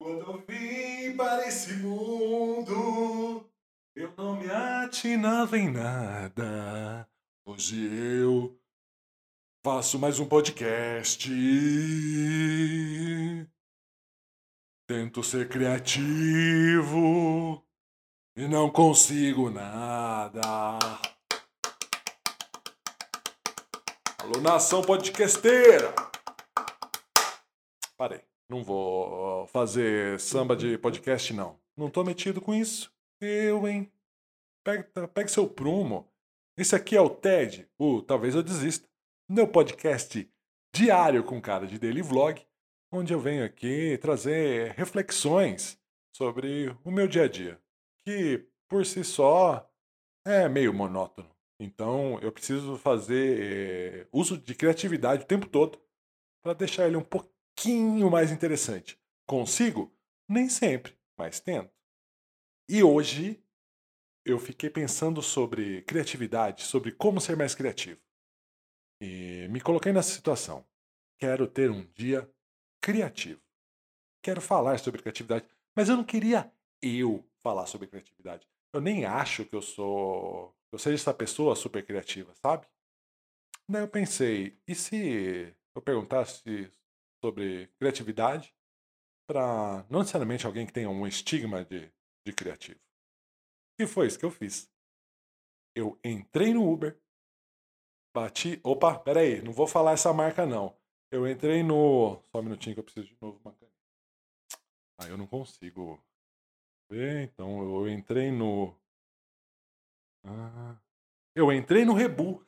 Quando eu vim para esse mundo, eu não me atinava em nada. Hoje eu faço mais um podcast. Tento ser criativo e não consigo nada. Alô, nação podcasteira! Parei. Não vou fazer samba de podcast, não. Não tô metido com isso. Eu, hein? Pega, tá, pega seu prumo. Esse aqui é o TED, o Talvez Eu Desista. Meu podcast diário com cara de daily vlog, onde eu venho aqui trazer reflexões sobre o meu dia a dia, que por si só é meio monótono. Então eu preciso fazer eh, uso de criatividade o tempo todo para deixar ele um pouco pouquinho mais interessante. Consigo? Nem sempre, mas tento. E hoje eu fiquei pensando sobre criatividade, sobre como ser mais criativo. E me coloquei nessa situação. Quero ter um dia criativo. Quero falar sobre criatividade, mas eu não queria eu falar sobre criatividade. Eu nem acho que eu sou, eu seja essa pessoa super criativa, sabe? Daí eu pensei, e se eu perguntasse sobre criatividade para não necessariamente alguém que tenha um estigma de, de criativo. E foi isso que eu fiz. Eu entrei no Uber, bati. Opa, peraí, não vou falar essa marca não. Eu entrei no. Só um minutinho que eu preciso de novo uma caneta. Ah, eu não consigo ver, então eu entrei no. Ah, eu entrei no Rebu.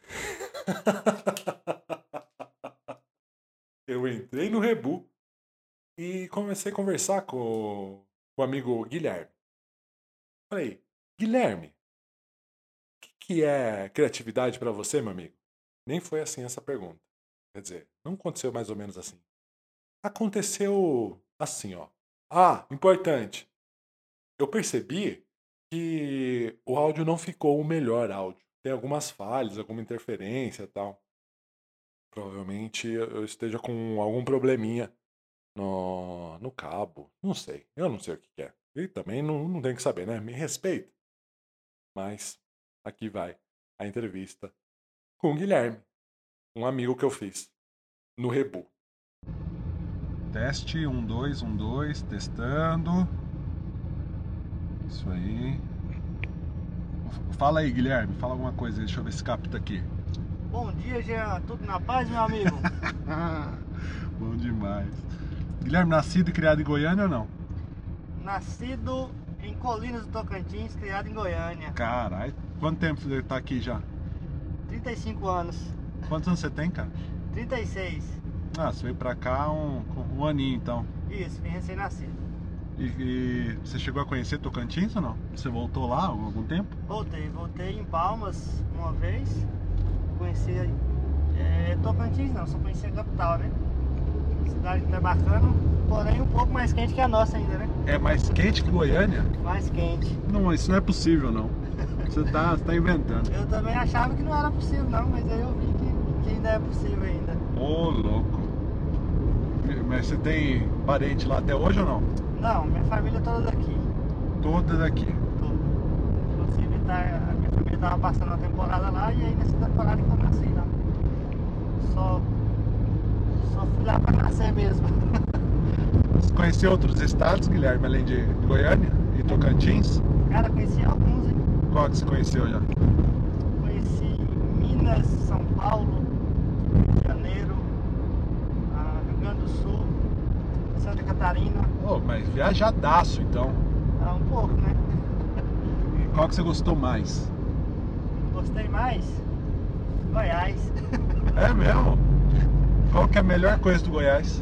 Eu entrei no Rebu e comecei a conversar com o- com o amigo Guilherme. Falei, Guilherme, o que, que é criatividade para você, meu amigo? Nem foi assim essa pergunta. Quer dizer, não aconteceu mais ou menos assim. Aconteceu assim, ó. Ah, importante. Eu percebi que o áudio não ficou o melhor áudio. Tem algumas falhas, alguma interferência e tal provavelmente eu esteja com algum probleminha no, no cabo. Não sei. Eu não sei o que, que é. E também não, não tem que saber, né? Me respeita. Mas aqui vai a entrevista com o Guilherme, um amigo que eu fiz no Rebu. Teste 1, 2, 1, 2, testando. Isso aí. Fala aí, Guilherme, fala alguma coisa aí, deixa eu ver se capta aqui. Bom dia, Jean. Tudo na paz, meu amigo? Bom demais. Guilherme, nascido e criado em Goiânia ou não? Nascido em Colinas do Tocantins, criado em Goiânia. Caralho, quanto tempo você tá aqui já? 35 anos. Quantos anos você tem, cara? 36. Ah, você veio pra cá um, com um aninho então. Isso, vim recém-nascido. E, e você chegou a conhecer Tocantins ou não? Você voltou lá há algum tempo? Voltei, voltei em Palmas uma vez. Conheci é, Tocantins, não, só conheci a capital, né? Cidade que é bacana, porém um pouco mais quente que a nossa ainda, né? É mais quente que Goiânia? Mais quente. Não, isso não é possível não. Você tá, você tá inventando. Eu também achava que não era possível, não, mas aí eu vi que, que ainda é possível ainda. Ô, louco. Mas você tem parente lá até hoje ou não? Não, minha família é toda daqui. Toda daqui. Tô. Inclusive, tá, a minha família tava passando a temporada lá e aí nessa temporada que eu nasci lá. Só, só fui lá pra nascer mesmo. Você conheceu outros estados, Guilherme, além de Goiânia e Tocantins? Cara, conheci alguns, hein? Qual que você conheceu já? conheci Minas, São Paulo, Rio de Janeiro, ah, Rio Grande do Sul, Santa Catarina, Oh, mas viajadaço então. ah, um pouco, né? E qual que você gostou mais? Gostei mais? Goiás. É mesmo? Qual que é a melhor coisa do Goiás?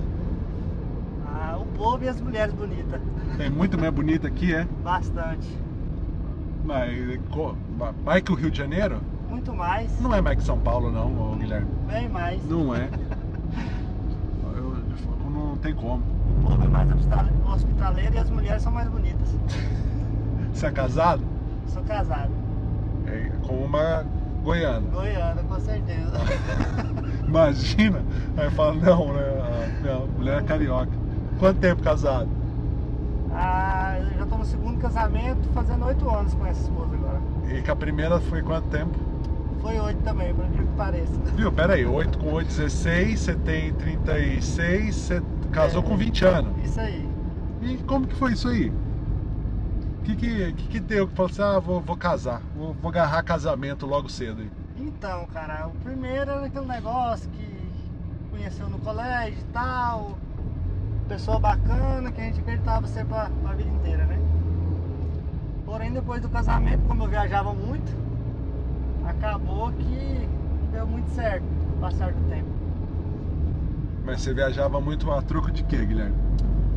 Ah, o povo e as mulheres bonitas. Tem muito mais bonita aqui, é? Bastante. Mas co- ma- mais que o Rio de Janeiro? Muito mais, Não é mais que São Paulo não, ô, Guilherme. bem mais. Não é. Eu- eu- não tem como. O povo é mais hospitale- hospitaleiro e as mulheres são mais bonitas. Você é casado? Sou casado. É, com uma goiana. Goiana, com certeza. Imagina, aí fala, não, né? a- a mulher é carioca. Quanto tempo casado? Ah, eu já tô no segundo casamento, fazendo oito anos com essa esposa agora. E que a primeira foi quanto tempo? Foi oito também, por incrível que pareça. Viu, pera aí, 8 com 8, 16, você tem 36, você casou É. com 20 anos. Isso aí. E como que foi isso aí? O que que, que que deu? Que falou assim, ah, vou, vou casar, vou, vou agarrar casamento logo cedo aí. Então, cara, o primeiro era aquele negócio que conheceu no colégio e tal. Pessoa bacana que a gente acreditava ser pra, pra vida inteira, né? Porém, depois do casamento, como eu viajava muito, acabou que deu muito certo com o passar do tempo. Mas você viajava muito a troco de quê, Guilherme?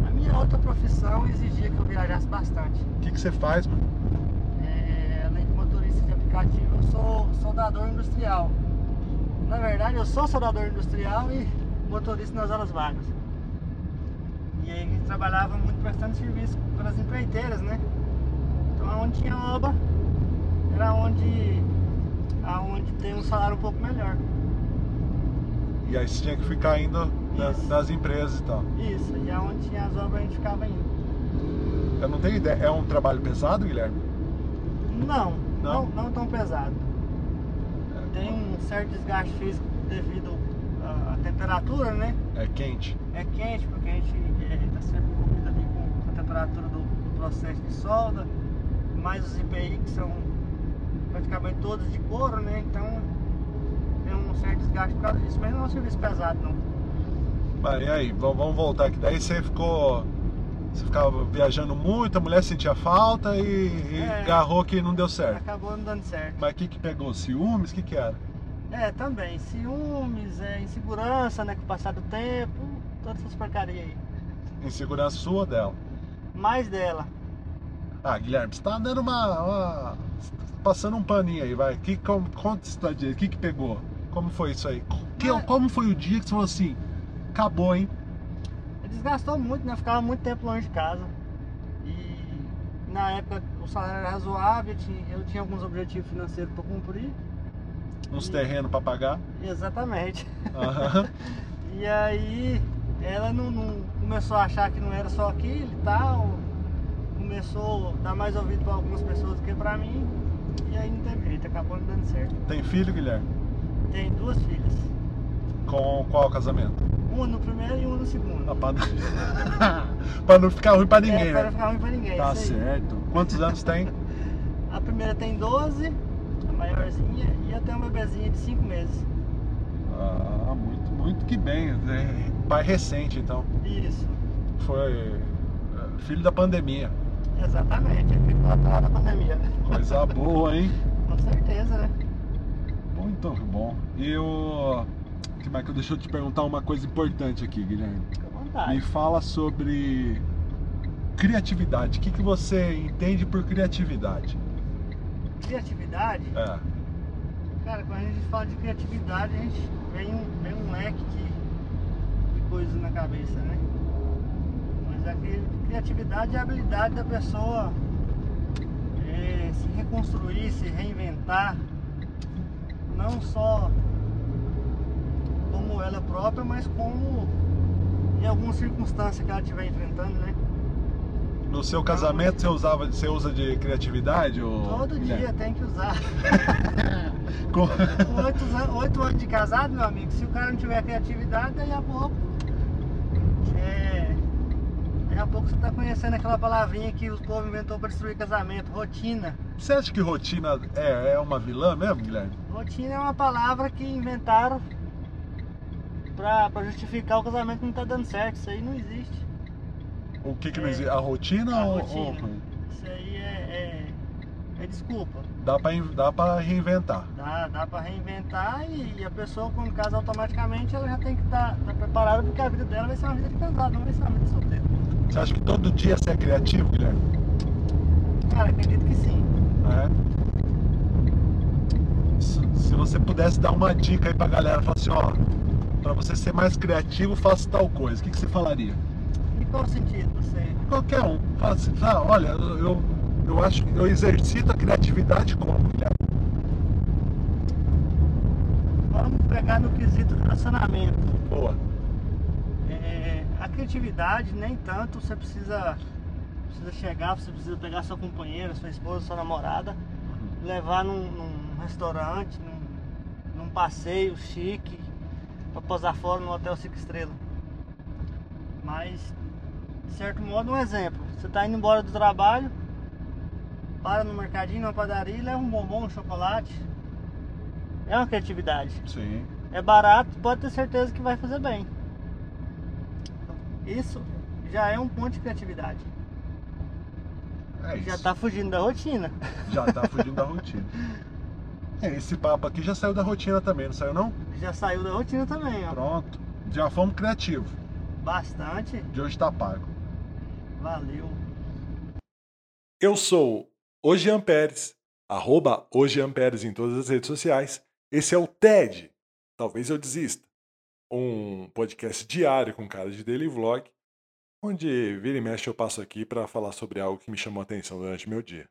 A minha outra profissão exigia que eu viajasse bastante. O que, que você faz, mano? É, além de motorista de aplicativo, eu sou soldador industrial. Na verdade, eu sou soldador industrial e motorista nas horas vagas. E aí a gente trabalhava muito prestando serviço pelas empreiteiras, né? Então, onde tinha obra, era onde, aonde tem um salário um pouco melhor. E aí você tinha que ficar indo na- Isso. nas empresas e tal. Isso, e aonde tinha as obras a gente ficava indo. Eu não tenho ideia. É um trabalho pesado, Guilherme? Não, Não? não, não tão pesado. Tem um certo desgaste físico devido à- à temperatura, né? É quente. é quente porque a gente está sempre envolvido ali com a temperatura do, do processo de solda, mais os IPI que são praticamente todos de couro, né? Então tem um certo desgaste por causa disso, mas não é um serviço pesado não. Mas e aí, vamos vamos voltar aqui. Daí você ficou. Você ficava viajando muito, a mulher sentia falta e, e É. agarrou que não deu certo. Acabou não dando certo. Mas o que, que pegou? Ciúmes? O que, que era? É, também, ciúmes, é, insegurança, né? Com o passar do tempo, todas essas porcarias aí. Insegurança sua ou dela? Mais dela. Ah, Guilherme, você tá dando uma. uma- passando um paninho aí, vai. Que, como, conta isso da dia. O que, que pegou? Como foi isso aí? Que- Mas- como foi o dia que você falou assim? Acabou, hein? Desgastou muito, né? Ficava muito tempo longe de casa. E na época o salário era razoável, eu tinha, eu tinha alguns objetivos financeiros para cumprir. Uns E- terrenos pra pagar. Exatamente. Aham. E aí ela não, não- começou a achar que não era só aquilo e tal. Começou a dar mais ouvido para algumas pessoas do que para mim. E aí não teve jeito, acabou não dando certo. Tem filho, Guilherme? Tem duas filhas. Com qual casamento? Uma no primeiro e uma no segundo. Ah, pra... não- pra não ficar ruim pra ninguém. É, né? para não ficar ruim pra ninguém. Tá isso aí. certo. Quantos anos tem? A primeira tem 12, a maiorzinha, e eu tenho uma bebezinha de 5 meses. Ah, muito, muito que bem. né? Pai recente, então. Isso, Foi eh, filho da pandemia. exatamente. É feito lá atrás da pandemia. Coisa boa, hein? Com certeza, né? Bom, então, que bom. E o. Que mais que eu deixa eu te perguntar uma coisa importante aqui, Guilherme. Fica à Me vontade. fala sobre criatividade. O que, que você entende por criatividade? Criatividade, É. cara, quando a gente fala de criatividade, a gente vem um, vem um leque de, de coisas na cabeça, né? Mas a cri- criatividade é a habilidade da pessoa é, se reconstruir, se reinventar, não só como ela própria, mas como em alguma circunstância que ela estiver enfrentando, né? No seu casamento você usava, você usa de criatividade? Ou... Todo dia tem que usar. Com Com- Oito, an- oito anos de casado, meu amigo, se o cara não tiver criatividade, daí a pouco. É. Daqui a pouco você tá conhecendo aquela palavrinha que os povo inventou pra destruir casamento, rotina. Você acha que rotina é, é uma vilã mesmo, Guilherme? Rotina é uma palavra que inventaram pra, pra justificar o casamento que não tá dando certo. Isso aí não existe. O que que não É. existe? A rotina A ou. rotina. ou- Isso aí é. é, é desculpa. Dá, pra, in- dá pra reinventar. Dá, dá pra reinventar e, e a pessoa quando casa automaticamente ela já tem que estar preparada porque a vida dela vai ser uma vida de casado, não vai ser uma vida de solteiro. Você acha que todo dia você é criativo, Guilherme? Cara, acredito que sim. É. Se, se você pudesse dar uma dica aí pra galera, falar assim, ó, pra você ser mais criativo, faça tal coisa. O que, que você falaria? Em qual sentido você? Qualquer um. Fala assim, ah, olha, eu, eu, eu acho que eu exercito a criatividade como, Guilherme? Vamos pegar no quesito relacionamento. Boa. É, a criatividade, nem tanto, você precisa precisa chegar, você precisa pegar sua companheira, sua esposa, sua namorada, levar num, num restaurante, num, num passeio chique, pra posar fora num hotel cinco estrelas. Mas, de certo modo, um exemplo. Você tá indo embora do trabalho, para no mercadinho, numa padaria, e leva um bombom, um chocolate. É uma criatividade. Sim. É barato, pode ter certeza que vai fazer bem. Isso já é um ponto de criatividade. É isso. Já tá fugindo da rotina. Já tá fugindo da rotina. É, esse papo aqui já saiu da rotina também, não saiu não? Já saiu da rotina também, ó. Pronto. Já fomos criativos. Bastante. De hoje tá pago. Valeu. Eu sou Hoje Amperes, arroba Hoje Amperes em todas as redes sociais. Esse é o TED, Talvez Eu Desista, um podcast diário com cara de daily vlog, onde vira e mexe eu passo aqui para falar sobre algo que me chamou a atenção durante meu dia.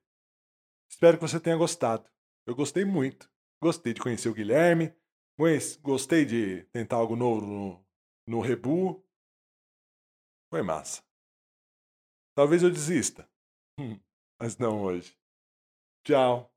Espero que você tenha gostado. Eu gostei muito. Gostei de conhecer o Guilherme, mas gostei de tentar algo novo no, no Rebu. Foi massa. Talvez eu desista, mas não hoje. Tchau.